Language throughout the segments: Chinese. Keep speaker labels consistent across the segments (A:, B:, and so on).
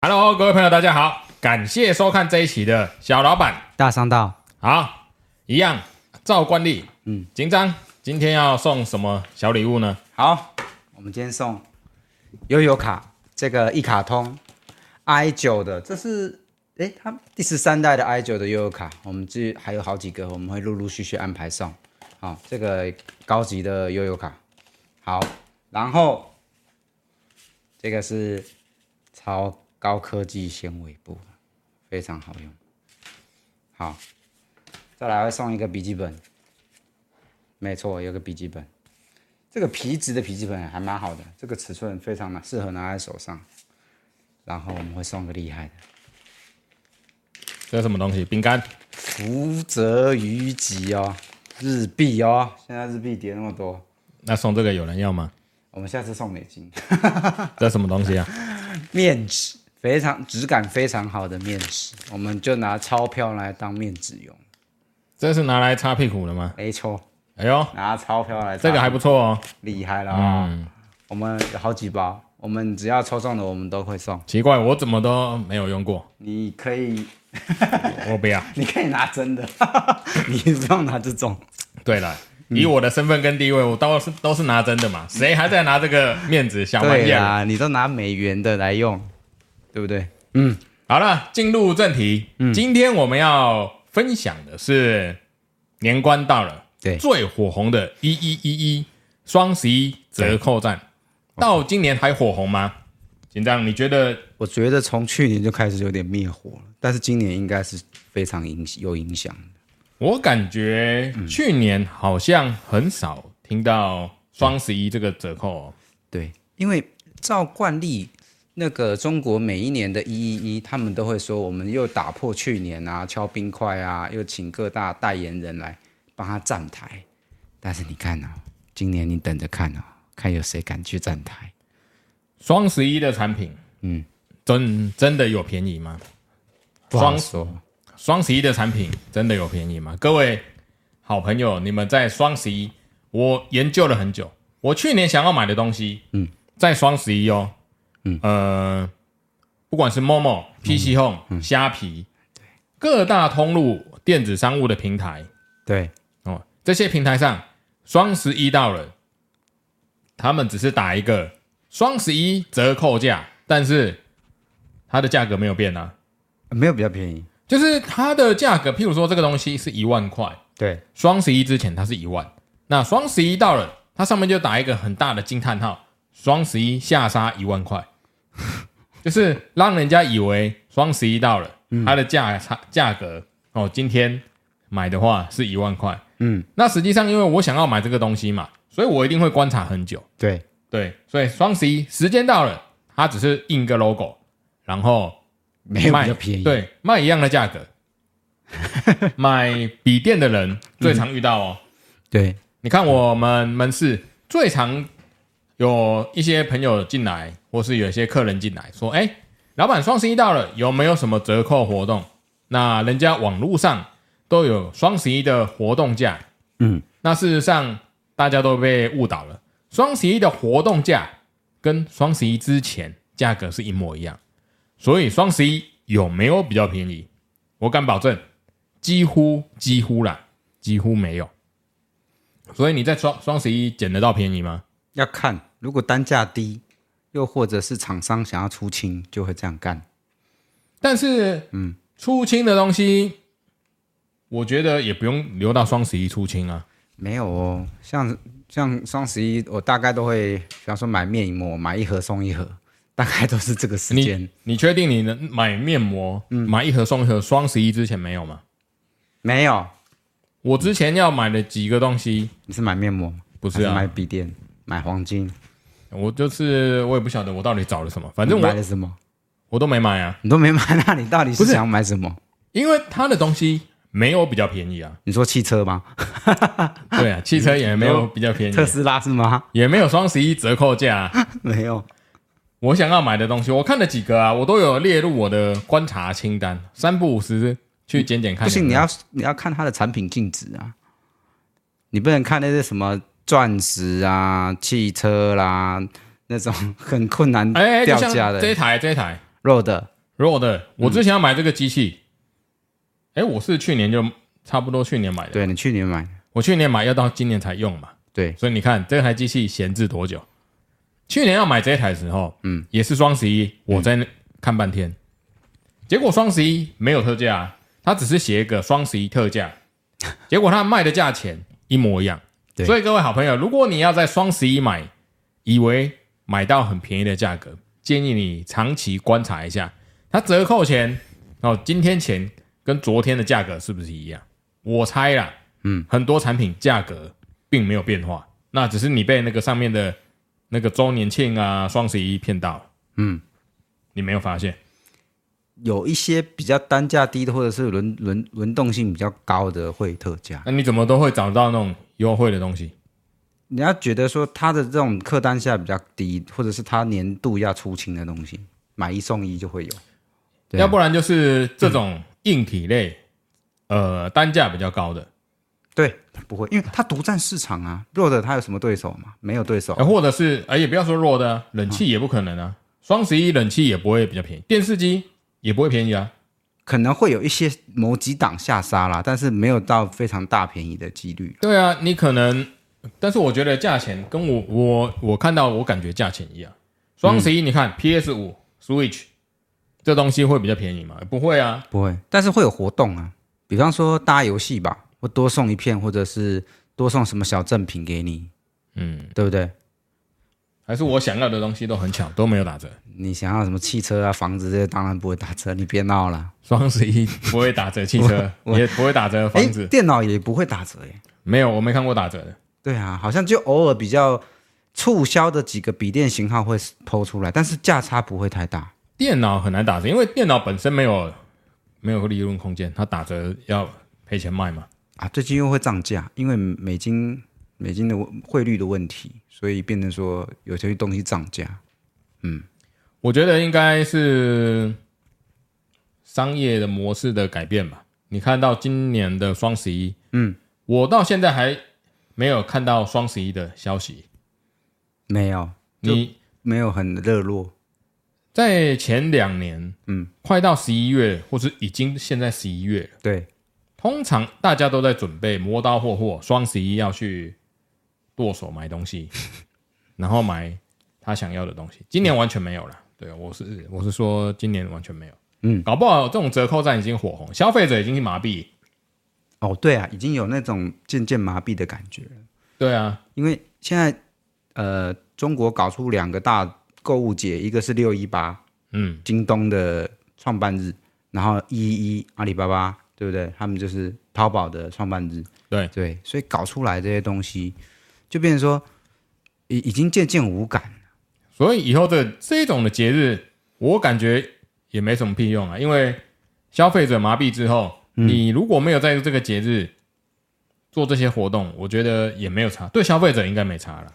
A: Hello，各位朋友，大家好，感谢收看这一期的小老板。
B: 大商道
A: 好，一样照惯例，嗯
B: 嗯，
A: 紧张，今天要送什么小礼物呢？
B: 好，我们今天送悠游卡这个一卡通 i 九的，这是诶，它第十三代的 i 九的悠游卡，我们这还有好几个，我们会陆陆续续安排送。好，这个高级的悠游卡，好，然后这个是超高科技纤维布，非常好用。好，再来会送一个笔记本，没错，有个笔记本。这个皮质的笔记本还蛮好的，这个尺寸非常的适合拿在手上。然后我们会送个厉害的
A: 这是什么东西？饼干。
B: 福泽谕吉哦，日币哦，现在日币跌那么多，
A: 那送这个有人要吗？
B: 我们下次送美金。
A: 这什么东西啊？
B: 面纸非常质感非常好的面纸，我们就拿钞票来当面纸用。
A: 这是拿来擦屁股的吗？
B: 没错，
A: 哎呦，
B: 拿钞票来当
A: 这个还嗯不错哦。
B: 厉害了哦。我们有好几包，我们只要抽中的我们都会送。
A: 奇怪，我怎么都没有用过，
B: 你可以，
A: 我不要。
B: 你可以拿真的， 你不用拿这种。
A: 对了。
B: 嗯
A: 以我的身份跟地位，我都是都是拿真的嘛，谁还在拿这个面子小玩
B: 对啊
A: 意儿？
B: 啦，你都拿美元的来用，对不对？
A: 好了，进入正题。
B: 嗯
A: 今天我们要分享的是年关到了，
B: 对
A: 最火红的“一一一一”双十一折扣战，到今年还火红吗？紧张，你觉得
B: 我觉得从去年就开始有点灭火了，但是今年应该是非常影有影响。
A: 我感觉
B: 嗯
A: 去年好像很少听到双十一这个折扣、哦，
B: 对，因为照惯例，那个中国每一年的一一一，他们都会说我们又打破去年啊，敲冰块啊，又请各大代言人来帮他站台。但是你看啊，今年你等着看啊，看有谁敢去站台。
A: 双十一的产品，
B: 嗯，
A: 真真的有便宜吗？
B: 不好
A: 双
B: 说，
A: 双十一的产品真的有便宜吗？各位好朋友，你们在双十一，我研究了很久，我去年想要买的东西，嗯，在双十一哦，嗯，呃，不管是 Momo、PC Home、虾皮，各大通路电子商务的平台
B: 对，
A: 哦，这些平台上，双十一到了，他们只是打一个双十一折扣价，但是它的价格没有变啊。
B: 没有比较便宜。
A: 就是它的价格，譬如说这个东西是一万块，
B: 对，
A: 双十一之前它是一万，那双十一到了，它上面就打一个很大的惊叹号，双十一下杀一万块， 就是让人家以为双十一到了，它的价差价格哦，今天买的话是一万块，
B: 嗯，
A: 那实际上因为我想要买这个东西嘛，所以我一定会观察很久，
B: 对，
A: 对，所以双十一时间到了，它只是印个 logo，然后
B: 没有
A: 卖
B: 比较便宜。
A: 对，卖一样的价 格。买笔电的人最常遇到哦。
B: 对，
A: 你看我们门市最常有一些朋友进来，或是有一些客人进来说：“哎、老板，双十一到了，有没有什么折扣活动？”那人家网络上都有双十一的活动价，
B: 嗯，
A: 那事实上大家都被误导了。双十一的活动价跟双十一之前价格是一模一样，所以双十一有没有比较便宜？我敢保证，几乎几乎啦，几乎没有。所以你在双双十一捡得到便宜吗？
B: 要看，如果单价低，又或者是厂商想要出清，就会这样干。
A: 但是，嗯，出清的东西，我觉得也不用留到双十一出清啊。
B: 没有哦，像像双十一，我大概都会，比方说买面膜，买一盒送一盒， 大概都是这个时间
A: 你。你确定你能买面膜，
B: 嗯
A: 买一盒送一盒？双十一之前没有吗？
B: 没有，
A: 我之前要买的几个东西，
B: 你是买面膜吗？
A: 不是啊
B: 还买笔电，买黄金，
A: 我就是我也不晓得我到底找了什么，反正
B: 你买
A: 我
B: 了什么？
A: 我都没买啊，
B: 你都没买， 那你到底
A: 不
B: 是
A: 是
B: 想买什么？
A: 因为他的东西没有比较便宜啊。
B: 你说汽车吗？
A: 对啊，汽车也没有比较便宜
B: 特，斯拉是吗？
A: 也没有双十一折扣价啊、
B: 没有，
A: 我想要买的东西，我看了几个啊，我都有列入我的观察清单，三不五时去捡捡看
B: 不
A: 有
B: 行，
A: 没
B: 你
A: 有。
B: 要你要看它的产品净值啊，你不能看那些什么钻石啊、汽车啦那种 很困难
A: 哎、就
B: 掉
A: 像
B: 价
A: 这一
B: 的。嗯
A: 台这一台，
B: Road
A: 弱的，我之前要买这个机器，哎、我是去年就差不多去年买的，
B: 对你去年买的，
A: 我去年买要到今年才用嘛，
B: 对，
A: 所以你看这台机器闲置多久？去年要买这台的时候，嗯，也是双十一，我在那看半天，结果双十一没有特价、啊，它只是写一个双十一特价，结果它卖的价钱一模 一样。
B: 对
A: 所以各位好朋友，如果你要在双十一买，以为买到很便宜的价格，建议你长期观察一下，它折扣前哦，今天前跟昨天的价格是不是一样？我猜啦，嗯，很多产品价格并没有变化，那只是你被那个上面的那个周年庆啊、双十一骗到了，
B: 嗯，
A: 你没有发现？
B: 有一些比较单价低的，或者是轮轮轮动性比较高的会特价。
A: 那你怎么都会找到那种优惠的东西？
B: 你要觉得说它的这种客单价比较低，或者是它年度要出清的东西，买一送一就会有。对啊
A: 要不然就是这种硬体类，呃，单价比较高的，
B: 对，不会，因为它独占市场啊。弱的它有什么对手嘛？没有对手。啊
A: 呃、或者是哎、也不要说弱的啊、冷
B: 嗯
A: 气也不可能啊，双十一冷气也不会比较便宜，电视机也不会便宜啊。
B: 可能会有一些某几档下杀啦，但是没有到非常大便宜的几率。
A: 对啊，你可能，但是我觉得价钱跟我我我看到我感觉价钱一样。双十一你看、PS 五、Switch 这东西会比较便宜吗？不会啊，
B: 不会，但是会有活动啊，比方说搭游戏吧，我多送一片，或者是多送什么小赠品给你，
A: 嗯，
B: 对不对？
A: 还是我想要的东西都很巧，都没有打折。
B: 你想要什么汽车啊、房子这些，当然不会打折，你别闹了。
A: 双十一不会打折汽车，也不会打折
B: 哎
A: 房，子，
B: 电脑也不会打折耶。
A: 没有，我没看过打折的。
B: 对啊，好像就偶尔比较促销的几个笔电型号会抛出来，但是价差不会太大。
A: 电脑很难打折，因为电脑本身没有没有利润空间，它打折要赔钱卖嘛。
B: 啊，最近又会涨价，因为美金美金的汇率的问题，所以变成说有些东西涨价。
A: 我觉得应该是商业的模式的改变吧。你看到今年的双十一，嗯，我到现在还没有看到双十一的消息。
B: 没有，就
A: 你
B: 没有很热络。
A: 在前两年，
B: 嗯，
A: 快到十一月，或是已经现在十一月了，
B: 对，
A: 通常大家都在准备磨刀霍霍，双十一要去剁手买东西， 然后买他想要的东西。今年完全没有了，对，我是我是说今年完全没有。
B: 嗯
A: 搞不好这种折扣战已经火红，消费者已经麻痹。
B: 哦，对啊，已经有那种渐渐麻痹的感觉了。
A: 对啊，
B: 因为现在，呃，中国搞出两个大购物节，一个是六一八，
A: 嗯，
B: 京东的创办日，然后一一阿里巴巴，对不对？他们就是淘宝的创办日，
A: 对
B: 对，所以搞出来这些东西，就变成说已已经渐渐无感。
A: 所以以后这这种的节日，我感觉也没什么屁用啊，因为消费者麻痹之后，你如果没有在这个节日做这些活动，我觉得也没有差，对消费者应该没差了。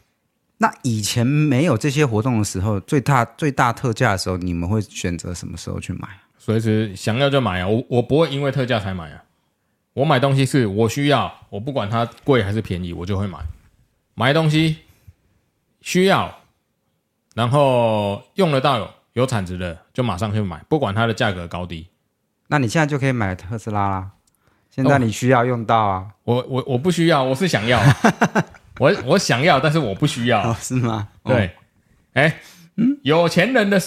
B: 那以前没有这些活动的时候，最大最大特价的时候，你们会选择什么时候去买？
A: 随时想要就买啊，我我不会因为特价才买啊。我买东西是我需要，我不管它贵还是便宜，我就会买。买东西需要，然后用得到有有产值的，就马上去买，不管它的价格高低。
B: 那你现在就可以买特斯拉啦。现在你需要用到啊，
A: 我我我不需要，我是想要， 我我想要，但是我不需要。
B: 哦， 是吗？哦，
A: 对，哎、有钱人的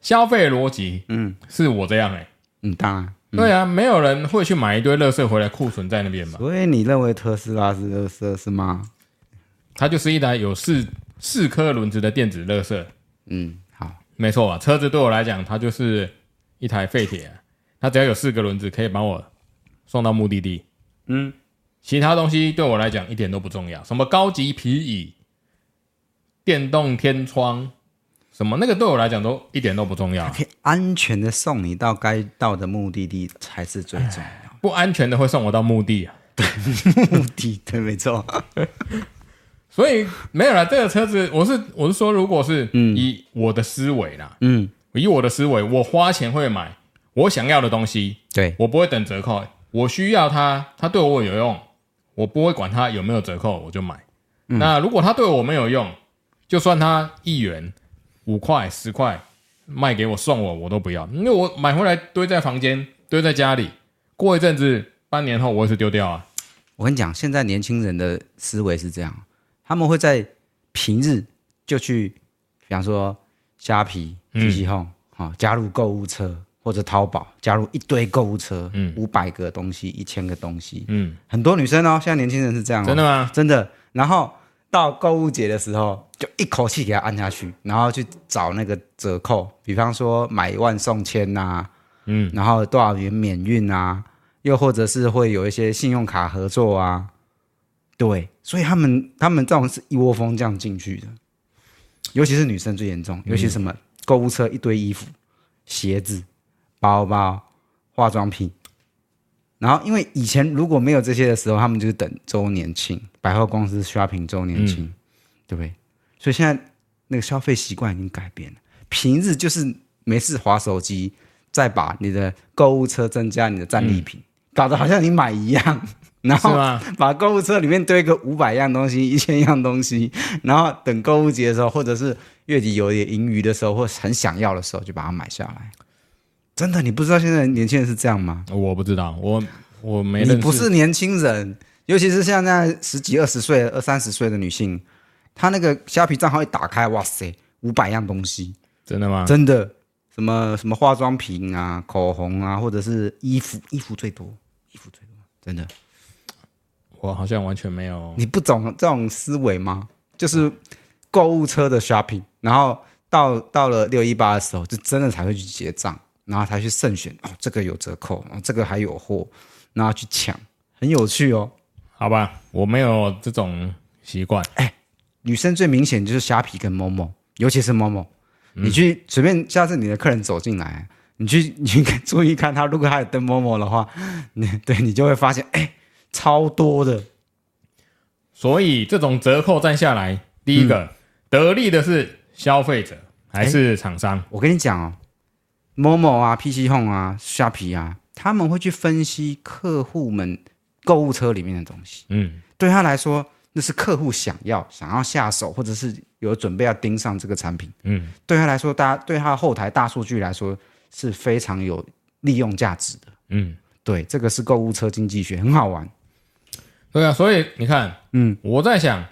A: 消费逻辑，
B: 嗯，
A: 是我这样哎、
B: 嗯，当然。
A: 对啊，没有人会去买一堆垃圾回来库存在那边吧？
B: 所以你认为特斯拉是垃圾是吗？
A: 它就是一台有四四颗轮子的电子垃圾，
B: 嗯，好，
A: 没错啊。车子对我来讲，它就是一台废铁啊、它只要有四个轮子，可以把我送到目的地。
B: 嗯，
A: 其他东西对我来讲一点都不重要，什么高级皮椅、电动天窗，什么那个对我来讲都一点都不重要啊。
B: 可以安全的送你到该到的目的地才是最重要
A: 不安全的会送我到目的啊。
B: 的目的，对，没错。
A: 所以没有啦，这个车子我是我是说，如果是以我的思维啦，
B: 嗯，
A: 以我的思维，我花钱会买我想要的东西，
B: 对，
A: 我不会等折扣，我需要它，它对我有用，我不会管它有没有折扣，我就买。那如果它对我没有用，就算它一元、五块、十块，卖给我送我，我都不要，因为我买回来堆在房间，堆在家里，过一阵子半年后我也是丢掉啊。
B: 我跟你讲，现在年轻人的思维是这样，他们会在平日就去，比方说虾皮、聚集控，好、加入购物车或者淘宝，加入一堆购物车，嗯，五百个东西，一千个东西，
A: 嗯，
B: 很多女生哦，现在年轻人是这样、哦，
A: 真的吗？
B: 真的。然后到购物节的时候，就一口气给它按下去，然后去找那个折扣，比方说买一万送千呐、
A: 嗯，
B: 然后多少元免运啊，又或者是会有一些信用卡合作啊，对，所以他们他们这种是一窝蜂这样进去的，尤其是女生最严重，尤其是什么、购物车一堆衣服、鞋子、包包、化妆品。然后，因为以前如果没有这些的时候，他们就是等周年庆，百货公司 shopping 周年庆，对不对？所以现在那个消费习惯已经改变了，平日就是没事划手机，再把你的购物车增加你的战利品，搞得好像你买一样， 然
A: 是
B: 后
A: 吗？
B: 把购物车里面堆个五百样东西、一千样东西，然后等购物节的时候，或者是月底有点盈余的时候，或是很想要的时候，就把它买下来。真的，你不知道现在年轻人是这样吗？
A: 我不知道，我我没认
B: 你
A: 识，
B: 不是年轻人，尤其是现在十几、二十岁、二三十岁的女性，她那个虾皮账号一打开，哇塞，五百样东西。
A: 真的吗？
B: 真的，什么什么化妆品啊、口红啊，或者是衣服，衣服最
A: 哦
B: 多，衣服最多，真的。
A: 我好像完全没有。
B: 你不懂这种思维吗？就是购物车的 shopping，然后到到了六一八的时候，就真的才会去结账，然后才去慎选哦，这个有折扣，哦，这个还有货，然后去抢，很有趣哦。
A: 好吧，我没有这种习惯。
B: 女生最明显就是虾皮跟某某，尤其是某某，你去随便，下次你的客人走进来，你去 你去看注意看他，如果他有登某某的话，你对你就会发现，哎、超多的，
A: 所以这种折扣战下来，第一
B: 嗯
A: 个、得利的是消费者还是厂商？
B: 我跟你讲哦，某某啊、PC Home 啊、虾皮啊，他们会去分析客户们购物车里面的东西。
A: 嗯，
B: 对他来说，那是客户想要、想要下手，或者是有准备要盯上这个产品。
A: 嗯，
B: 对他来说，大对他后台大数据来说是非常有利用价值的。
A: 嗯，
B: 对，这个是购物车经济学，很好玩。
A: 对啊。所以你看，
B: 嗯，
A: 我在想，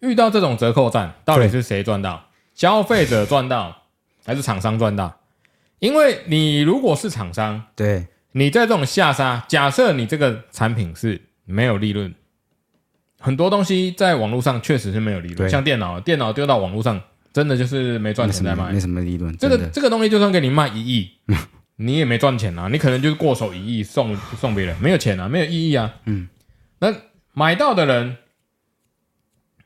A: 遇到这种折扣战，到底是谁赚到？消费者赚到还是厂商赚到？因为你如果是厂商，
B: 对，
A: 你在这种下杀，假设你这个产品是没有利润，很多东西在网络上确实是没有利润，
B: 对
A: 像电脑，电脑丢到网络上，真的就是没赚
B: 没
A: 钱
B: 什
A: 在
B: 么
A: 卖
B: 没。什么利润，
A: 这
B: 真
A: 个
B: 的
A: 这个东西就算给你卖一亿， 你也没赚钱啊，你可能就是过手一亿送送别人，没有钱啊，没有意义啊。嗯，那买到的人，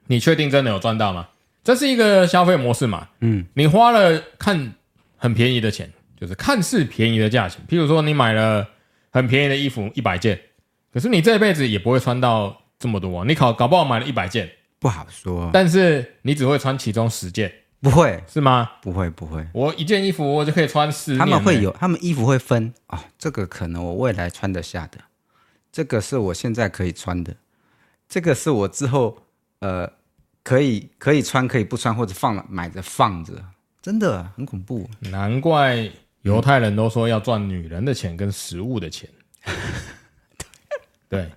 A: 你确定真的有赚到吗？这是一个消费模式嘛？
B: 嗯，
A: 你花了看很便宜的钱，就是看似便宜的价钱，譬如说你买了很便宜的衣服一百件，可是你这辈子也不会穿到这么多啊、你搞搞不好买了一百件，
B: 不好说。
A: 但是你只会穿其中十件，
B: 不会，
A: 是吗？
B: 不会，不会。
A: 我一件衣服我就可以穿四年呢、
B: 他们会有，他们衣服会分啊、这个可能我未来穿得下的，这个是我现在可以穿的，这个是我之后呃可以可以穿可以不穿或者放了买着放着，真的很恐怖。
A: 难怪犹太人都说要赚女人的钱跟食物的钱。对，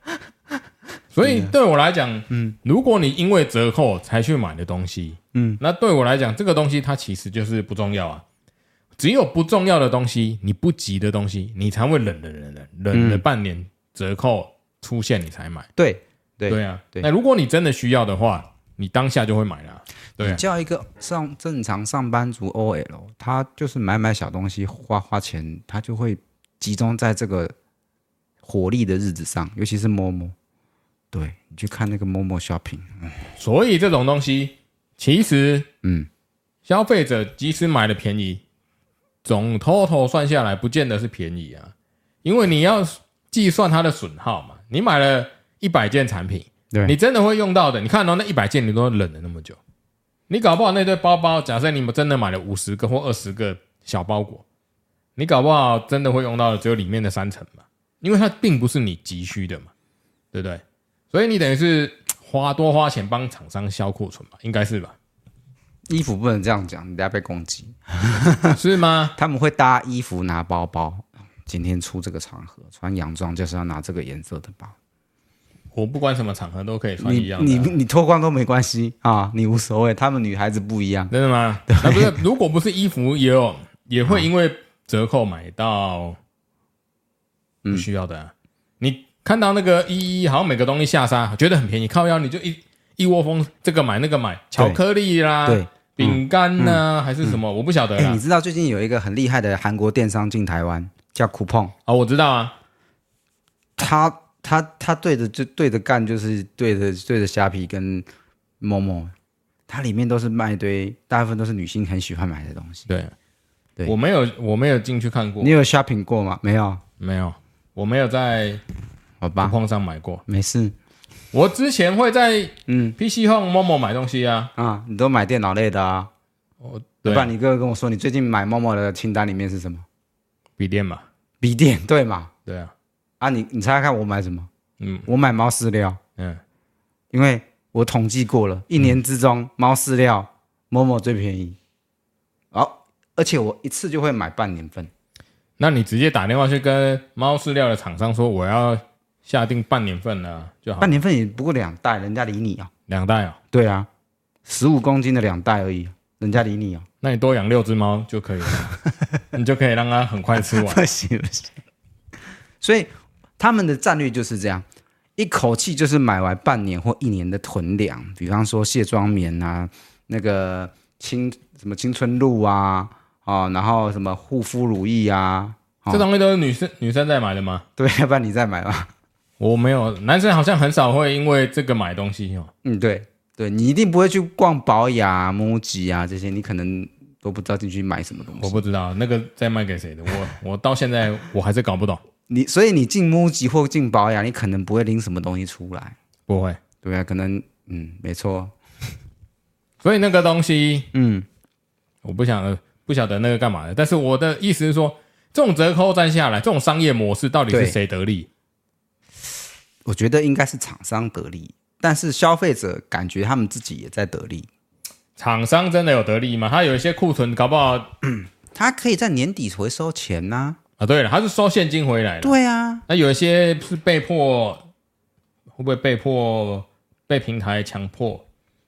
A: 所以对我来讲，嗯，如果你因为折扣才去买的东西，嗯，那对我来讲，这个东西它其实就是不重要啊。只有不重要的东西，你不急的东西，你才会忍忍忍忍忍了半年折扣出现，你才买。
B: 对对
A: 对啊，
B: 对
A: 那如果你真的需要的话，你当下就会买啦。对
B: 你
A: 啊，
B: 叫一个上正常上班族 OL，他就是买买小东西花花钱，他就会集中在这个活力的日子上，尤其是 Momo。对你去看那个 Momo shopping，
A: 所以这种东西其实
B: 嗯，
A: 消费者即使买的便宜，总 total 算下来不见得是便宜啊，因为你要计算它的损耗嘛。你买了一百件产品，
B: 对
A: 你真的会用到的。你看哦，那一百件你都忍了那么久，你搞不好那堆包包，假设你们真的买了五十个或二十个小包裹，你搞不好真的会用到的只有里面的三层嘛，因为它并不是你急需的嘛，对不对？ 所以你等于是花多花钱帮厂商消库存吧，应该是吧？
B: 衣服不能这样讲，你等下被攻击。
A: 是吗？
B: 他们会搭衣服拿包包，今天出这个场合穿洋装就是要拿这个颜色的包。
A: 我不管什么场合都可以穿一
B: 你
A: 样的
B: 你
A: 啊，
B: 你脱光都没关系啊，你无所谓。他们女孩子不一样，
A: 真的 吗？啊，不是，如果不是衣服，也有也会因为折扣买到
B: 嗯
A: 不需要的啊、你看到那个一一，好像每个东西下杀，觉得很便宜，靠腰你就一一窝蜂这个买那个买，巧克力啦，
B: 对。嗯
A: 饼干呐，还是什么，我不晓得啊
B: 哎、
A: 啦
B: 你。知道最近有一个很厉害的韩国电商进台湾，叫 Coupon，
A: 啊，我知道啊，
B: 他他他对着就对着干，就是对着对着虾皮跟某某，它里面都是卖一堆，大部分都是女性很喜欢买的东西。
A: 对，
B: 对
A: 我没有，我没有进去看过
B: 你，有 shopping 过吗？没有，
A: 没有，我没有在
B: 好吧，
A: Coupon 上买过。
B: 没事
A: 我之前会在嗯 PC Home、Momo 买东西啊，
B: 啊，你都买电脑类的啊。
A: 我
B: 不
A: 对啊
B: 然你哥哥跟我说，你最近买某某的清单里面是什么？
A: 笔电嘛，
B: 笔电对嘛？
A: 对啊，
B: 啊你，你猜猜看我买什么？
A: 嗯
B: 我买猫饲料，
A: 嗯，
B: 因为我统计过了，一年之中、猫饲料某某最便宜。哦，而且我一次就会买半年份。
A: 那你直接打电话去跟猫饲料的厂商说我要下定半年份了就好
B: 半，年份也不过两袋，人家理你啊、
A: 两袋哦，
B: 对啊，十五公斤的两袋而已，人家理你啊、
A: 那你多养六只猫就可以了，你就可以让它很快吃 完。
B: 不行不行。所以他们的战略就是这样，一口气就是买完半年或一年的囤粮，比方说卸妆棉啊，那个青什么青春露啊，哦，然后什么护肤乳液啊，哦
A: 这东西都是女生女生在买的吗？
B: 对，要不然你再买吧。
A: 我没有，男生好像很少会因为这个买东西哦。
B: 嗯，对对，你一定不会去逛宝雅、啊、MUJI 啊这些，你可能都不知道进去买什么东西。
A: 我不知道那个在卖给谁的，我我到现在我还是搞不懂。
B: 你所以你进 MUJI 或进宝雅，你可能不会拎什么东西出来，
A: 不会，
B: 对啊，可能嗯，没错，
A: 所以那个东西
B: 嗯，
A: 我不想呃不晓得那个干嘛的。但是我的意思是说，这种折扣战下来，这种商业模式到底是
B: 对
A: 谁得利？
B: 我觉得应该是厂商得利，但是消费者感觉他们自己也在得利。
A: 厂商真的有得利吗？他有一些库存，搞不好
B: 他可以在年底回收钱呐、
A: 啊，对了，他是收现金回来的。
B: 对啊，
A: 那有一些是被迫，会不会被迫被平台强迫？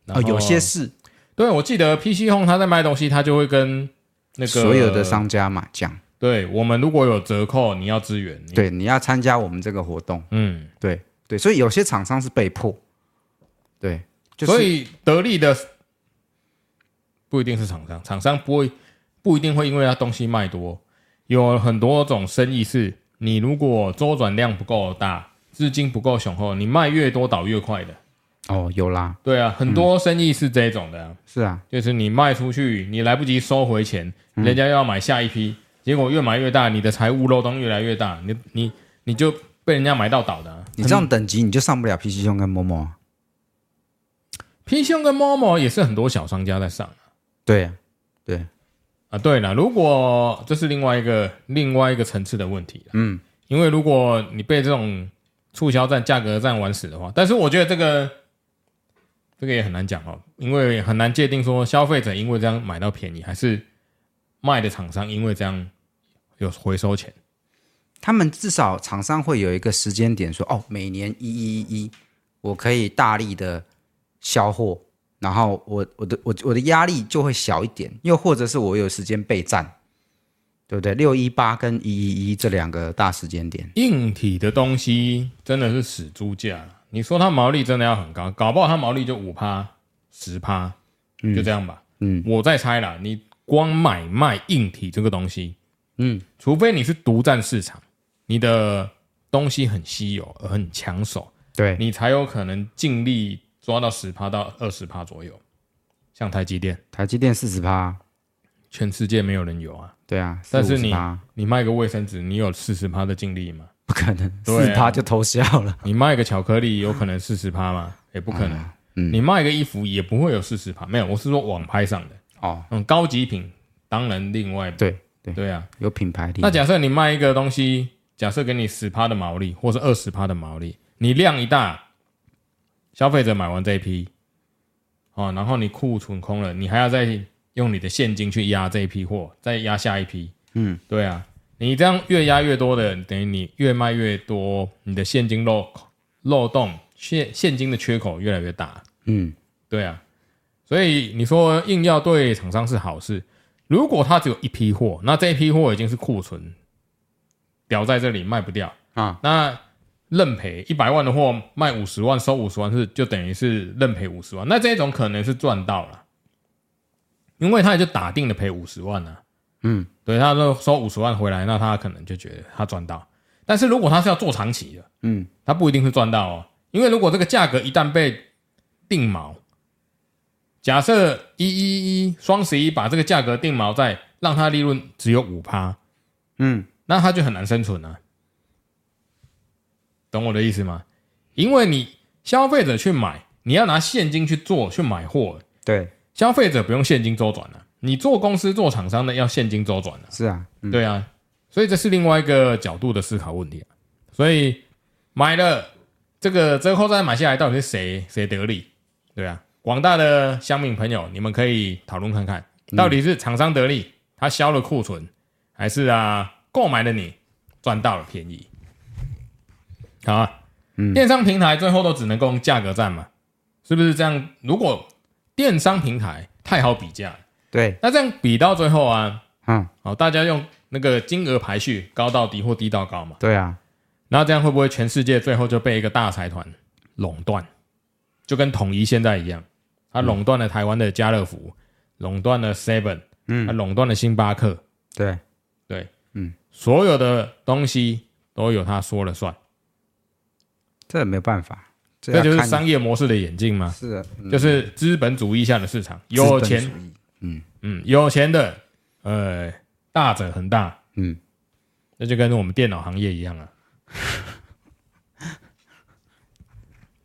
A: 然
B: 哦，
A: 后
B: 有些是
A: 对我记得 PC Home 他在卖东西，他就会跟那个
B: 所有的商家嘛讲，
A: 对我们如果有折扣，你要支援。你，
B: 对，你要参加我们这个活动，
A: 嗯，
B: 对对，所以有些厂商是被迫，对，就是、
A: 所以得利的不一定是厂商，厂商不会不一定会因为他东西卖多，有很多种生意是，你如果周转量不够大，资金不够雄厚，你卖越多倒越快的。
B: 哦，有啦，
A: 对啊，很多生意是这种的啊、
B: 是啊，
A: 就是你卖出去，你来不及收回钱，
B: 嗯
A: 人家又要买下一批，结果越买越大，你的财务漏洞越来越大，你你你就被人家买到倒的、啊。
B: 你这种等级你就上不了 PC 兄跟某某啊，
A: P 兄跟 Momo 也是很多小商家在上
B: 对啊，对，
A: 啊。对了，如果这是另外一个另外一个层次的问题，
B: 嗯，
A: 因为如果你被这种促销战、价格战玩死的话，但是我觉得这个这个也很难讲哦，因为很难界定说消费者因为这样买到便宜，还是卖的厂商因为这样有回收钱。
B: 他们至少厂商会有一个时间点说，哦，每年一一一一，我可以大力的销货，然后我我的我我的压力就会小一点，又或者是我有时间备战，对不对？六一八跟一一一这两个大时间点，
A: 硬体的东西真的是死猪价，你说它毛利真的要很高，搞不好它毛利就五趴、十趴，就这样吧。
B: 嗯，
A: 我在猜啦，你光买卖硬体这个东西，
B: 嗯，
A: 除非你是独占市场，你的东西很稀有、而很抢手，
B: 对，
A: 你才有可能尽力抓到十趴到二十趴左右。像台积电，
B: 台积电四十趴，
A: 全世界没有人有啊，
B: 对啊，
A: 但是
B: 40-50%
A: 你你卖个卫生纸，你有四十趴的净利吗？
B: 不可能四
A: 对
B: 十
A: 啊
B: 趴就偷笑了，
A: 你卖个巧克力有可能四十趴吗？也不可能。
B: 嗯
A: 你卖个衣服也不会有四十趴，没有，我是说网拍上的，
B: 哦，
A: 嗯，高级品当然另外
B: 对对，
A: 对啊。
B: 有品牌力
A: 那，假设你卖一个东西，假设给你十趴的毛利，或是二十趴的毛利，你量一大，消费者买完这一批，哦，然后你库存空了，你还要再用你的现金去压这一批货，再压下一批。嗯，对啊，你这样越压越多的，等于你越卖越多，你的现金漏漏洞现现金的缺口越来越大。
B: 嗯，
A: 对啊，所以你说硬要对厂商是好事，如果他只有一批货，那这一批货已经是库存，掉在这里卖不掉
B: 啊，
A: 那认赔一百万的货卖五十万收五十万是就等于是认赔五十万，那这种可能是赚到了，因为他也就打定了赔五十万啊，
B: 嗯，
A: 对，他就收五十万回来，那他可能就觉得他赚到，但是如果他是要做长期的，
B: 嗯，
A: 他不一定是赚到哦，因为如果这个价格一旦被定锚，假设一一一双十一把这个价格定锚在让它利润只有五趴，
B: 嗯，
A: 那它就很难生存啊。懂我的意思吗？因为你消费者去买，你要拿现金去做去买货，
B: 对，
A: 消费者不用现金周转了、你做公司做厂商的要现金周转了、
B: 是啊，嗯
A: 对啊，所以这是另外一个角度的思考问题啊。所以买了这个折扣再买下来，到底是谁谁得利？对啊，广大的乡民朋友，你们可以讨论看看，到底是厂商得利，他销了库存，还是啊购买的你赚到了便宜？好啊，电商平台最后都只能供价格战嘛，是不是这样？如果电商平台太好比价了，
B: 对，
A: 那这样比到最后啊，
B: 嗯，
A: 好，大家用那个金额排序，高到低或低到高嘛。
B: 对啊，
A: 那这样会不会全世界最后就被一个大财团垄断？就跟统一现在一样，它垄断了台湾的家乐福，垄断了 Seven，嗯，它垄断了星巴克，
B: 对，
A: 对，
B: 嗯，
A: 所有的东西都有他说了算，
B: 这没办法，这
A: 这
B: 要
A: 就是
B: 看
A: 商业模式的演进嘛，
B: 是啊，嗯
A: 就是资本主义下的市场，有
B: 资本
A: 钱
B: 主义
A: 嗯，有钱的，呃，大者恒大，
B: 嗯，
A: 那就跟我们电脑行业一样啊，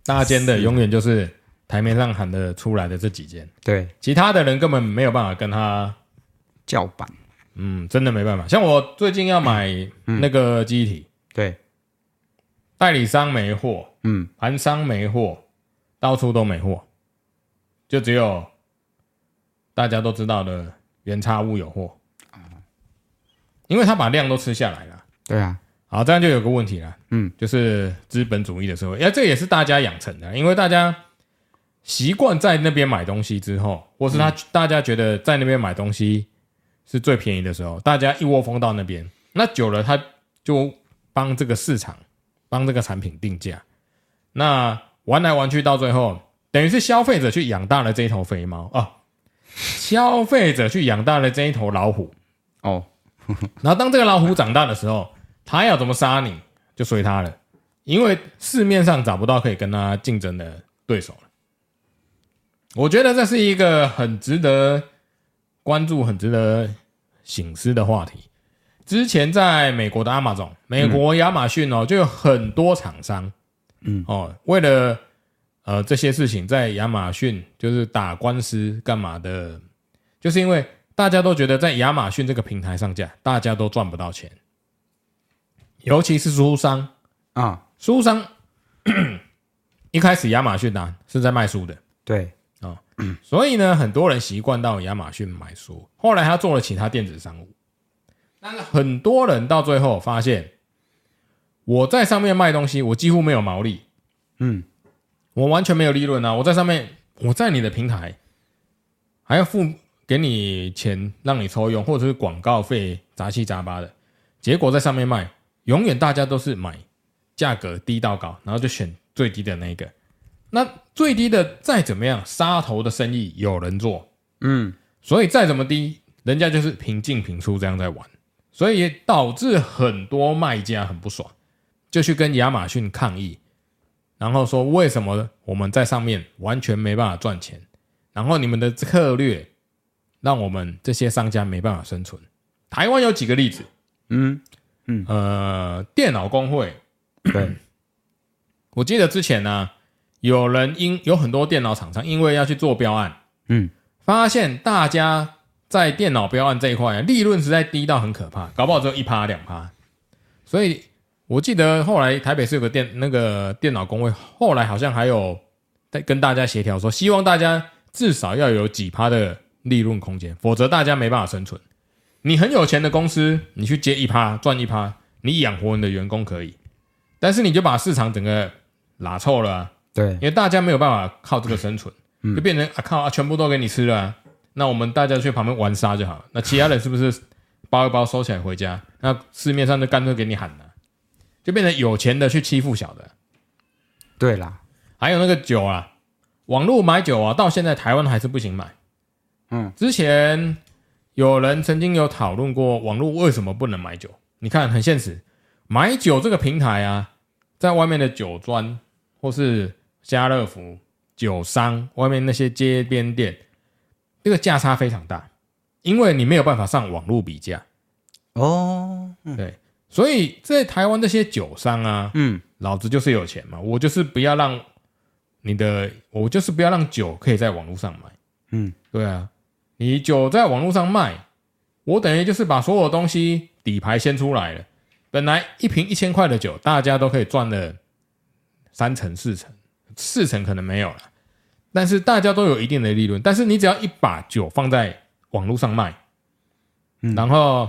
A: 大间的永远就是台面上喊得出来的这几间，
B: 对
A: 其他的人根本没有办法跟他，
B: 叫板，
A: 嗯，真的没办法。像我最近要买那个机体，
B: 对，
A: 代理商没货，
B: 嗯，
A: 盘商没货，到处都没货，就只有大家都知道的原差物有货，因为他把量都吃下来了。
B: 对啊，
A: 好，这样就有个问题了，
B: 嗯，
A: 就是资本主义的社会，哎、这也是大家养成的，因为大家习惯在那边买东西之后，或是他、大家觉得在那边买东西是最便宜的时候，大家一窝蜂到那边，那久了他就帮这个市场、帮这个产品定价，那玩来玩去到最后，等于是消费者去养大了这一头肥猫啊，消费者去养大了这一头老虎，
B: 哦，
A: 然后当这个老虎长大的时候，它要怎么杀你，就随它了，因为市面上找不到可以跟它竞争的对手了。我觉得这是一个很值得关注、很值得醒思的话题。之前在美国的 Amazon，美国亚马逊哦，就有很多厂商，嗯哦，为了呃这些事情，在亚马逊就是打官司干嘛的，就是因为大家都觉得在亚马逊这个平台上架，大家都赚不到钱，尤其是书商，
B: 啊，
A: 书商 咳咳一开始亚马逊啊是在卖书的，
B: 对，
A: 所以呢，很多人习惯到亚马逊买书，后来他做了其他电子商务，但是很多人到最后发现，我在上面卖东西，我几乎没有毛利，
B: 嗯，
A: 我完全没有利润啊！我在上面，我在你的平台还要付给你钱让你抽佣，或者是广告费杂七杂八的，结果在上面卖，永远大家都是买价格低到高，然后就选最低的那一个。那最低的再怎么样，杀头的生意有人做，
B: 嗯，
A: 所以再怎么低，人家就是平进平出这样在玩，所以也导致很多卖家很不爽，就去跟亚马逊抗议，然后说为什么我们在上面完全没办法赚钱，然后你们的策略让我们这些商家没办法生存。台湾有几个例子，
B: 嗯，
A: 呃，电脑工会，
B: 对，
A: 我记得之前呢、有人因有很多电脑厂商因为要去做标案，
B: 嗯，
A: 发现大家在电脑标案这一块、啊、利润实在低到很可怕，搞不好只有一趴两趴。所以我记得后来台北市有个电那个电脑工会，后来好像还有在跟大家协调说，希望大家至少要有几趴的利润空间，否则大家没办法生存。你很有钱的公司，你去接一趴赚一趴，你养活你的员工可以，但是你就把市场整个拉臭了啊、
B: 对
A: 因为大家没有办法靠这个生存，就变成啊靠啊，全部都给你吃了啊、那我们大家去旁边玩沙就好了。那其他人是不是包一包收起来回家？那市面上就干脆给你喊了、就变成有钱的去欺负小的。
B: 对啦，
A: 还有那个酒啊，网络买酒啊，到现在台湾还是不行买。
B: 嗯，
A: 之前有人曾经有讨论过网络为什么不能买酒。你看，很现实，买酒这个平台啊，在外面的酒庄或是家乐福、酒商外面那些街边店，这个价差非常大，因为你没有办法上网络比价，
B: 哦，
A: 所以在台湾这些酒商啊，
B: 嗯，
A: 老子就是有钱嘛，我就是不要让你的，我就是不要让酒可以在网络上买。
B: 嗯，
A: 对啊，你酒在网络上卖，我等于就是把所有东西底牌先出来了。本来一瓶一千块的酒，大家都可以赚了三成、四成，四成可能没有了，但是大家都有一定的利润。但是你只要一把酒放在网络上卖，
B: 嗯
A: 然后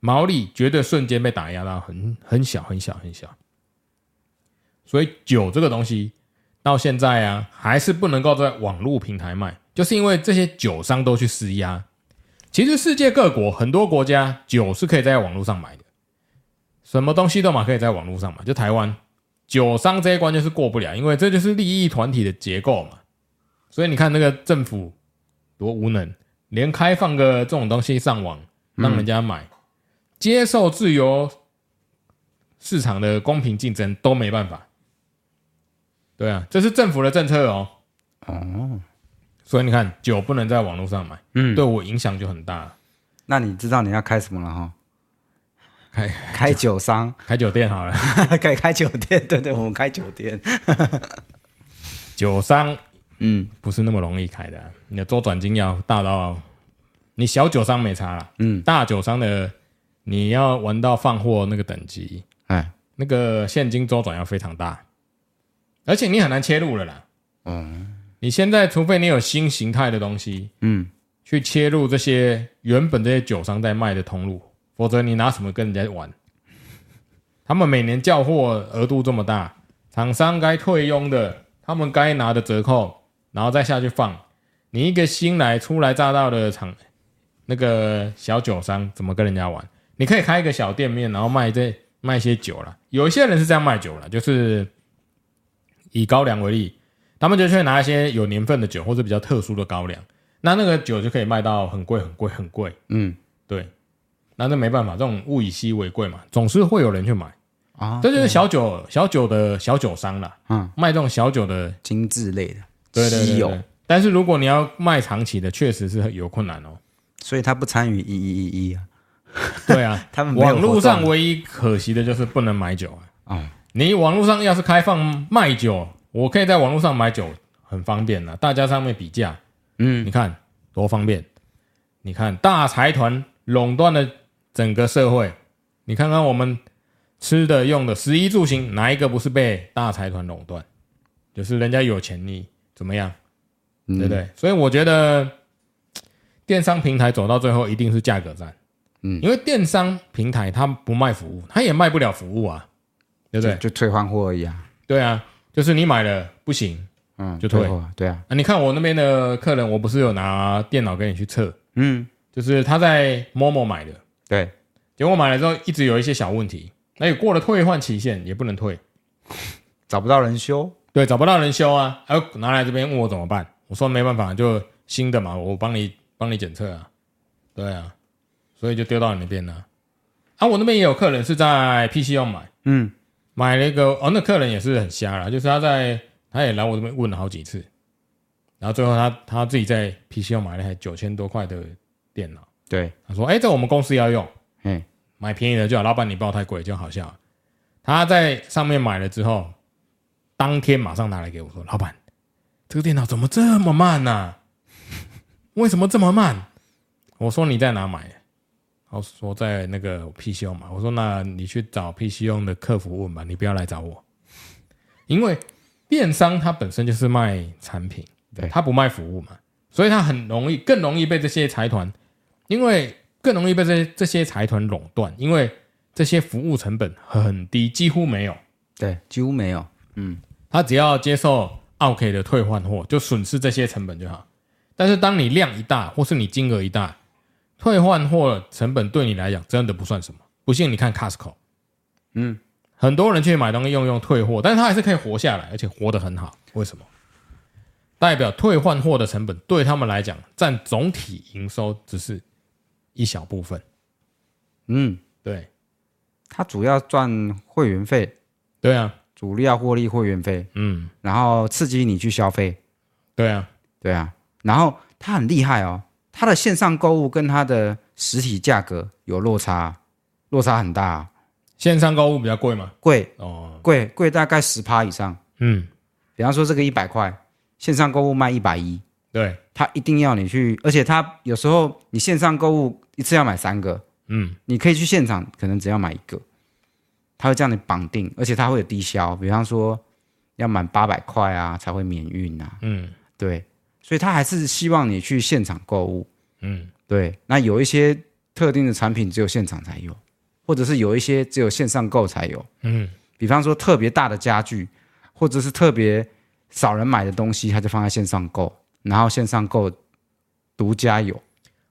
A: 毛利绝对瞬间被打压到很很小、很小、很小。所以酒这个东西到现在啊，还是不能够在网络平台卖，就是因为这些酒商都去施压。其实世界各国很多国家酒是可以在网络上买的，什么东西都嘛可以在网络上买，就台湾酒商这一关就是过不了，因为这就是利益团体的结构嘛。所以你看那个政府多无能，连开放个这种东西上网让人家买，接受自由市场的公平竞争都没办法。对啊，这是政府的政策哦。
B: 哦，
A: 所以你看，酒不能在网络上买，
B: 嗯，
A: 对我影响就很大。
B: 那你知道你要开什么了哈？
A: 开
B: 开酒商，
A: 开酒店好了，
B: 可以开酒店，对对，我们开酒店。
A: 酒商
B: 嗯
A: 不是那么容易开的啊、你的周转金要大到，你小酒商没差啦，
B: 嗯，
A: 大酒商的你要玩到放货那个等级，
B: 哎，
A: 那个现金周转要非常大，而且你很难切入了啦。
B: 嗯
A: 你现在除非你有新形态的东西
B: 嗯，
A: 去切入这些原本这些酒商在卖的通路，否则你拿什么跟人家玩？他们每年叫货额度这么大，厂商该退佣的，他们该拿的折扣，然后再下去放。你一个新来初来乍到的厂，那个小酒商怎么跟人家玩？你可以开一个小店面，然后卖这卖一些酒啦。有一些人是这样卖酒啦，就是以高粱为例，他们就去拿一些有年份的酒或者比较特殊的高粱，那那个酒就可以卖到很贵、很贵、很贵。
B: 嗯
A: 对，那这没办法，这种物以稀为贵嘛，总是会有人去买。
B: 啊，
A: 这就是小酒、小酒的小酒商啦，
B: 嗯，
A: 卖这种小酒的
B: 精致类的，
A: 对对对
B: 稀
A: 对
B: 有，
A: 但是如果你要卖长期的，确实是有困难哦。
B: 所以它不参与一一一一啊。
A: 对啊，
B: 他们没有
A: 网络
B: 活动
A: 上唯一可惜的就是不能买酒啊。
B: 哦
A: 你网络上要是开放卖酒，我可以在网络上买酒，很方便呐、大家上面比价，
B: 嗯
A: 你看多方便。你看大财团垄断了整个社会，你看看我们吃的、用的、食衣住行，哪一个不是被大财团垄断？就是人家有钱，你怎么样？
B: 嗯
A: 对不对？所以我觉得嘖电商平台走到最后一定是价格战，
B: 嗯
A: 因为电商平台它不卖服务，它也卖不了服务啊，对不对？
B: 就就退换货而已啊。
A: 对啊，就是你买了不行
B: 嗯，
A: 就退
B: 退货啊，对啊。
A: 啊！你看我那边的客人，我不是有拿电脑给你去测，
B: 嗯，
A: 就是他在 Momo 买的，
B: 对，
A: 结果买了之后一直有一些小问题，那也过了退换期限也不能退，
B: 找不到人修。
A: 对，找不到人修啊，还有拿来这边问我怎么办？我说没办法，就新的嘛，我帮你帮你检测啊，对啊，所以就丢到你那边了、啊。我那边也有客人是在 PC 用买，
B: 嗯，
A: 买了一个哦，那客人也是很瞎啦，就是他在他也来我这边问了好几次，然后最后他他自己在 PC 用买了一台九千多块的电脑，
B: 对，
A: 他说：“哎、这我们公司要用，
B: 嗯，
A: 买便宜的就好，老板你不要太贵就好笑。”他在上面买了之后，当天马上拿来给我说：“老板，这个电脑怎么这么慢呢、为什么这么慢？”我说：“你在哪买的？”他说：“在那个 PC 用买。”我说：“那你去找 PC 用的客服问吧，你不要来找我，因为电商它本身就是卖产品，
B: 对
A: 它不卖服务嘛。所以它很容易，更容易被这些财团，因为更容易被这些这些财团垄断，因为这些服务成本很低，几乎没有。
B: 对，几乎没有。
A: 他只要接受 OK 的退换货，就损失这些成本就好。但是当你量一大，或是你金额一大，退换货成本对你来讲真的不算什么。不信你看 Costco，嗯，很多人去买东西用用退货，但是他还是可以活下来，而且活得很好。为什么？代表退换货的成本对他们来讲占总体营收只是一小部分。
B: 嗯，
A: 对
B: 它主要赚会员费，
A: 对啊，
B: 主要获利会员费，
A: 嗯，
B: 然后刺激你去消费。
A: 对啊，
B: 对啊，然后它很厉害哦，它的线上购物跟它的实体价格有落差，落差很大、哦
A: 线上购物比较贵嘛。
B: 贵
A: 哦，
B: 贵贵大概十趴以上。
A: 嗯，
B: 比方说这个一百块，线上购物卖一百一，
A: 对，
B: 它一定要你去，而且它有时候你线上购物一次要买三个，
A: 嗯，
B: 你可以去现场可能只要买一个，它会这样的绑定，而且它会有低消，比方说要满八百块啊才会免运啊，
A: 嗯，
B: 对，所以它还是希望你去现场购物。
A: 嗯，
B: 对，那有一些特定的产品只有现场才有，或者是有一些只有线上购才有。
A: 嗯，
B: 比方说特别大的家具，或者是特别少人买的东西，它就放在线上购，然后线上购独家有。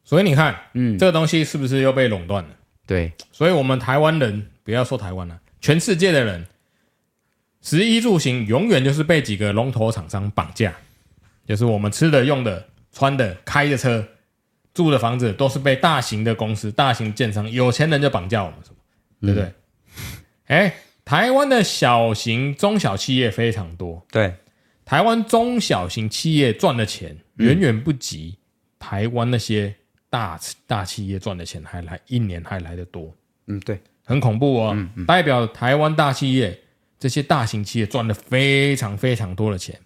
A: 所以你看，
B: 嗯，
A: 这个东西是不是又被垄断了？
B: 对，
A: 所以，我们台湾人不要说台湾了、啊全世界的人，食衣住行永远就是被几个龙头厂商绑架，就是我们吃的、用的、穿的、开的车、住的房子，都是被大型的公司、大型建商、有钱人就绑架我们，什么，对不对？哎、台湾的小型、中小企业非常多，
B: 对，
A: 台湾中小型企业赚的钱
B: 嗯
A: 远远不及台湾那些大大企业赚的钱还来一年还来得多，
B: 嗯，对，
A: 很恐怖哦。
B: 嗯
A: 代表台湾大企业这些大型企业赚了非常非常多的钱，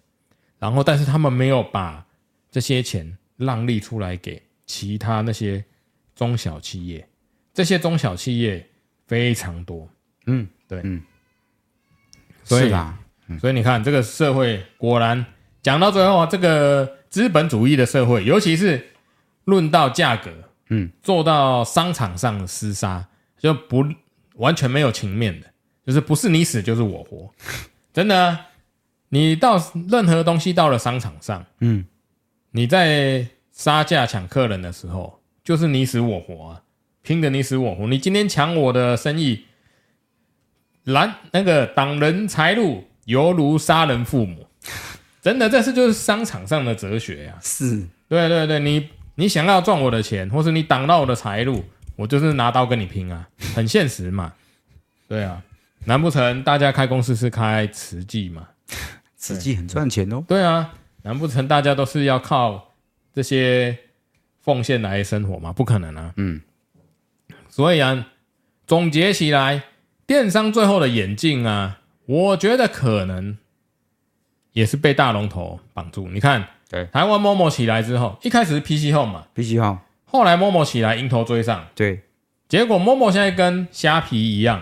A: 然后但是他们没有把这些钱让利出来给其他那些中小企业，这些中小企业非常多，
B: 嗯，
A: 对，
B: 嗯，
A: 所以
B: 是啊啦，
A: 所以你看，这个社会果然讲到最后啊，这个资本主义的社会，尤其是论到价格，
B: 嗯，
A: 做到商场上的厮杀，就不完全没有情面的，就是不是你死就是我活，真的啊。你到任何东西到了商场上，
B: 嗯，
A: 你在杀价抢客人的时候，就是你死我活啊，拼的你死我活。你今天抢我的生意，拦那个挡人财路，犹如杀人父母。真的，这是就是商场上的哲学呀、
B: 是，
A: 对对对，你你想要赚我的钱，或是你挡到我的财路，我就是拿刀跟你拼啊，很现实嘛。对啊，难不成大家开公司是开慈济嘛？
B: 慈济很赚钱哦。
A: 对啊，难不成大家都是要靠这些奉献来生活吗？不可能啊。
B: 嗯，
A: 所以啊，总结起来，电商最后的演进啊，我觉得可能也是被大龙头绑住。你看，
B: 对
A: 台湾 Momo 起来之后，一开始是 PC Home 嘛，
B: 必须要，
A: 后来 Momo 起来迎头追上，
B: 对，
A: 结果 Momo 现在跟虾皮一样，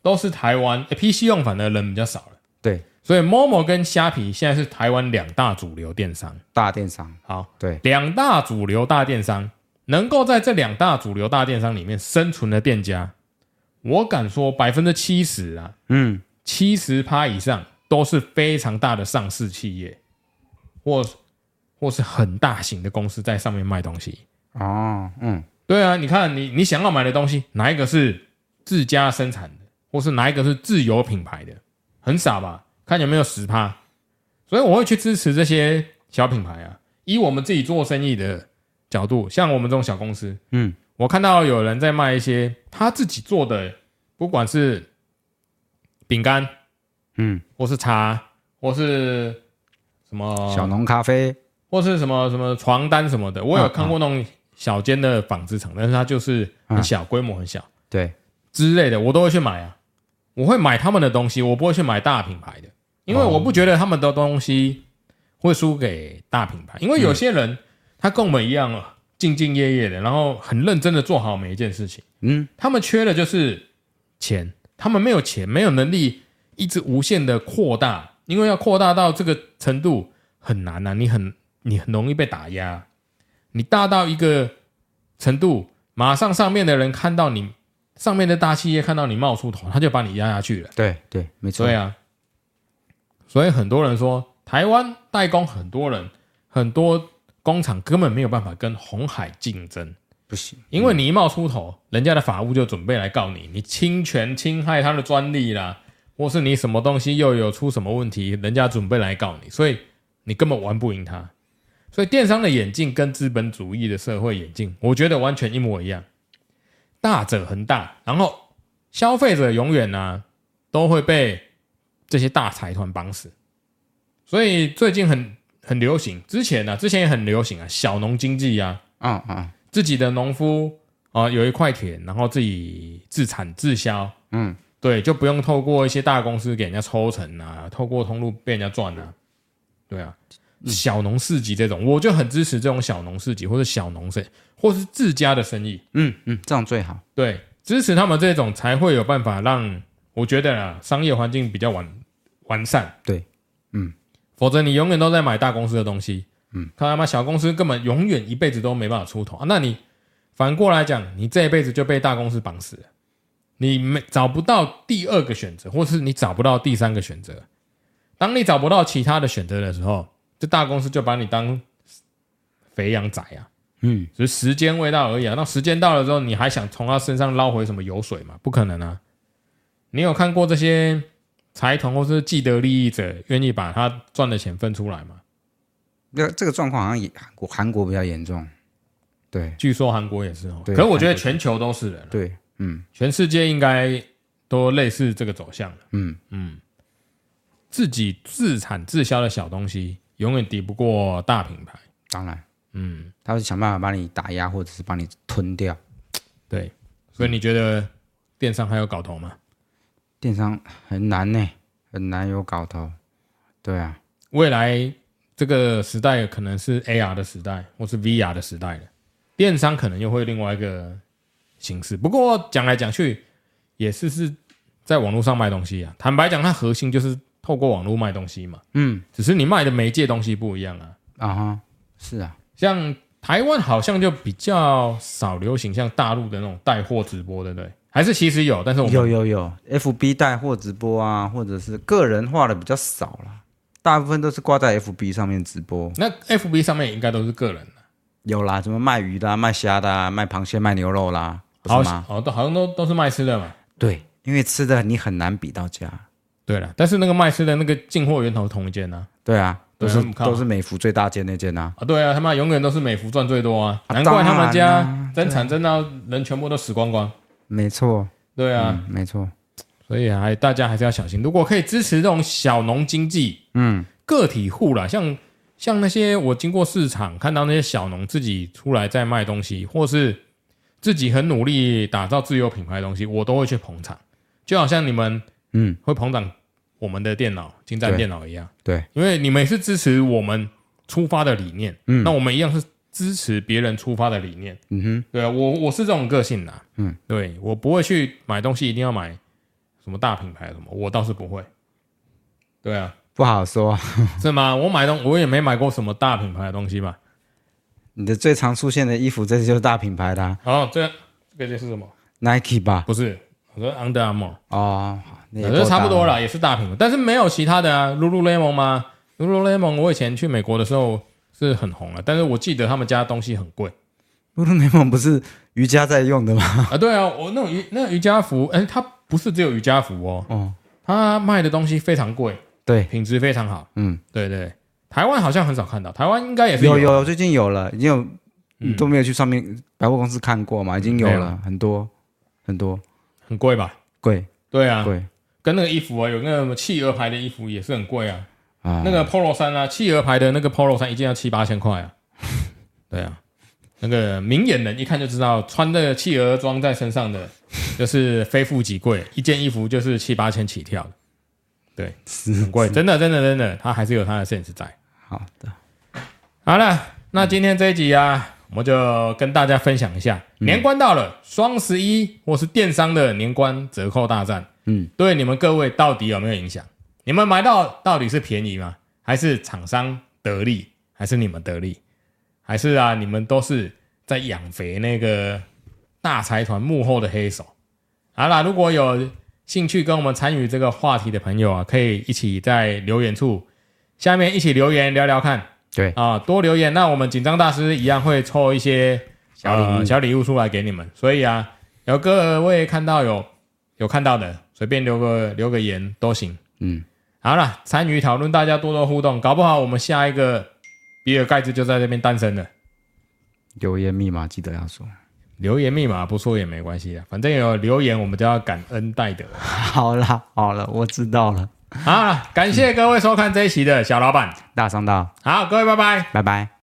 A: 都是台湾、诶 PC Home 反而人比较少了，
B: 对，
A: 所以 Momo 跟虾皮现在是台湾两大主流电商。
B: 大电商，
A: 好，
B: 对，
A: 两大主流大电商能够在这两大主流大电商里面生存的店家，我敢说百分之七十啊，
B: 嗯，
A: 七十趴以上都是非常大的上市企业，或或是很大型的公司在上面卖东西。
B: 哦，嗯，
A: 对啊，你看你你想要买的东西，哪一个是自家生产的，或是哪一个是自有品牌的，很少吧？看有没有十趴。所以我会去支持这些小品牌啊。以我们自己做生意的角度，像我们这种小公司，
B: 嗯，
A: 我看到有人在卖一些他自己做的，不管是饼干，
B: 嗯，
A: 或是茶，或是什么
B: 小农咖啡，
A: 或是什么什么床单什么的，我有看过那种小间的纺织厂，但是它就是很小，规模很小
B: 对，
A: 之类的，我都会去买啊。我会买他们的东西，我不会去买大品牌的，因为我不觉得他们的东西会输给大品牌。因为有些人他跟我们一样啊，兢兢业业的，然后很认真的做好每一件事情。
B: 嗯，
A: 他们缺的就是钱，他们没有钱，没有能力一直无限的扩大，因为要扩大到这个程度很难啊，你很你很容易被打压。你大到一个程度，马上上面的人看到你，上面的大企业看到你冒出头，他就把你压下去了。
B: 对对，没错
A: 对，啊，所以很多人说台湾代工，很多人很多工厂根本没有办法跟红海竞争，
B: 不行，
A: 因为你一冒出头，人家的法务就准备来告你，你侵权侵害他的专利啦，或是你什么东西又有出什么问题，人家准备来告你，所以你根本玩不赢他。所以电商的演进跟资本主义的社会演进，我觉得完全一模一样，大者恒大，然后消费者永远呢、啊都会被这些大财团绑死。所以最近很很流行，之前呢、之前也很流行啊，小农经济啊，
B: 嗯嗯，
A: 自己的农夫啊、有一块田，然后自己自产自销，
B: 嗯，
A: 对，就不用透过一些大公司给人家抽成啊，透过通路被人家赚啊，对啊，小农市集这种，我就很支持这种小农市集或者小农生，或是自家的生意，
B: 嗯嗯，这样最好。
A: 对，支持他们这种才会有办法让我觉得啦，商业环境比较完完善。
B: 对，嗯，
A: 否则你永远都在买大公司的东西，嗯，看他妈小公司根本永远一辈子都没办法出头啊。那你反过来讲，你这一辈子就被大公司绑死了，你没找不到第二个选择，或是你找不到第三个选择。当你找不到其他的选择的时候，这大公司就把你当肥羊宰啊。
B: 嗯，
A: 只是时间未到而已啊。那时间到了之后，你还想从他身上捞回什么油水吗？不可能啊！你有看过这些财团或是既得利益者愿意把他赚的钱分出来吗？
B: 那这个状况好像也韩国韩国比较严重。对
A: 据说韩国也是哦，
B: 对
A: 可是我觉得全球都是的，
B: 对，嗯
A: 全世界应该都类似这个走向。
B: 嗯，
A: 自己自产自销的小东西，永远敌不过大品牌。
B: 当然，
A: 嗯，
B: 他会想办法把你打压，或者是把你吞掉。
A: 对，所以你觉得电商还有搞头吗？
B: 电商很难呢、很难有搞头。对啊，
A: 未来这个时代可能是 AR 的时代，或是 VR 的时代了。电商可能又会另外一个形式。不过讲来讲去，也是是在网络上卖东西啊。坦白讲，它核心就是透过网络卖东西嘛。
B: 嗯
A: 只是你卖的媒介东西不一样啊。
B: 啊哈，是啊，
A: 像台湾好像就比较少流行像大陆的那种带货直播，对不对？还是其实有，但是我们
B: 有有有，FB 带货直播啊，或者是个人化的比较少啦，大部分都是挂在 FB 上面直播。
A: 那 FB 上面也应该都是个人啊的、
B: 有啦，什么卖鱼的、啊、卖虾的、啊、卖螃蟹、卖牛肉啦，不
A: 好
B: 是
A: 像
B: 吗？
A: 哦，都好像都都是卖吃的嘛。
B: 对，因为吃的你很难比到家。
A: 对了，但是那个卖吃的那个进货源头同一间呢、啊。
B: 对啊，都
A: 对啊
B: 是
A: 我们看嘛
B: 都是美孚最大间那间啊。
A: 啊，对啊，他妈永远都是美孚赚最多啊，
B: 啊
A: 难怪他们
B: 当然
A: 家
B: 啊
A: 增产增到人全部都死光光。
B: 没错，
A: 对啊，
B: 嗯，没错，
A: 所以还大家还是要小心。如果可以支持这种小农经济，
B: 嗯，
A: 个体户啦，像像那些我经过市场看到那些小农自己出来在卖东西，或是自己很努力打造自有品牌的东西，我都会去捧场。就好像你们
B: 嗯，
A: 会捧场我们的电脑精湛
B: 对
A: 电脑一样，
B: 对，
A: 因为你们也是支持我们出发的理念，
B: 嗯
A: 那我们一样是支持别人出发的理念。
B: 嗯哼，
A: 对啊，我我是这种个性啦，
B: 嗯，
A: 对我不会去买东西一定要买什么大品牌什么，我倒是不会。对啊，
B: 不好说。
A: 是吗？我买东我也没买过什么大品牌的东西吧？
B: 你的最常出现的衣服，这就是大品牌的啊、
A: 哦，这这个是什么？
B: Nike 吧？
A: 不是，我说 Under Armour，
B: 哦，那也
A: 反正
B: 够
A: 差不多
B: 大。
A: 啦，也是大品牌，但是没有其他的啊，Lululemon 吗？Lululemon 我以前去美国的时候是很红了，但是我记得他们家东西很贵
B: Lululemon 不是瑜伽在用的吗？
A: 啊。对啊，我那种瑜那种瑜伽服，哎、它不是只有瑜伽服哦，
B: 哦，
A: 它卖的东西非常贵，
B: 对，
A: 品质非常好。
B: 嗯，
A: 对对，对台湾好像很少看到，台湾应该也是
B: 有
A: 有嗯
B: 有，最近有了，已经有，你都没有去上面百货公司看过嘛？已经有
A: 没有
B: 了很多很多，
A: 很贵吧？
B: 贵
A: 对啊，
B: 贵
A: 跟那个衣服啊，有那个什么企鹅牌的衣服也是很贵啊，
B: 啊，
A: 那个 polo 衫啊，企鹅牌的那个 polo 衫一件要七八千块 啊。对啊，那个明眼人一看就知道，穿着企鹅装在身上的，就是非富即贵，一件衣服就是七八千起跳的，
B: 是
A: 很贵，真的真的真的，它还是有它的 sense 在。
B: 好的，
A: 好了，那今天这一集啊，我们就跟大家分享一下，年关到了，双十一或是电商的年关折扣大战，
B: 嗯，
A: 对你们各位到底有没有影响？你们买到到底是便宜吗？还是厂商得利？还是你们得利？还是啊，你们都是在养肥那个大财团幕后的黑手？好啦，如果有兴趣跟我们参与这个话题的朋友啊，可以一起在留言处下面一起留言聊聊看
B: 对，
A: 啊，多留言。那我们紧张大师一样会抽一些
B: 小礼物
A: 呃小礼物出来给你们。所以啊，有各位看到有有看到的，随便留个留个言都行。
B: 嗯，
A: 好了，参与讨论，大家多多互动，搞不好我们下一个比尔盖茨就在这边诞生了。
B: 留言密码记得要说。
A: 留言密码不说也没关系啊的，反正有留言我们就要感恩戴德。
B: 好啦，好了，我知道了，
A: 好了，感谢各位收看这一期的小老板。
B: 大上道，
A: 好，各位拜拜。
B: 拜拜。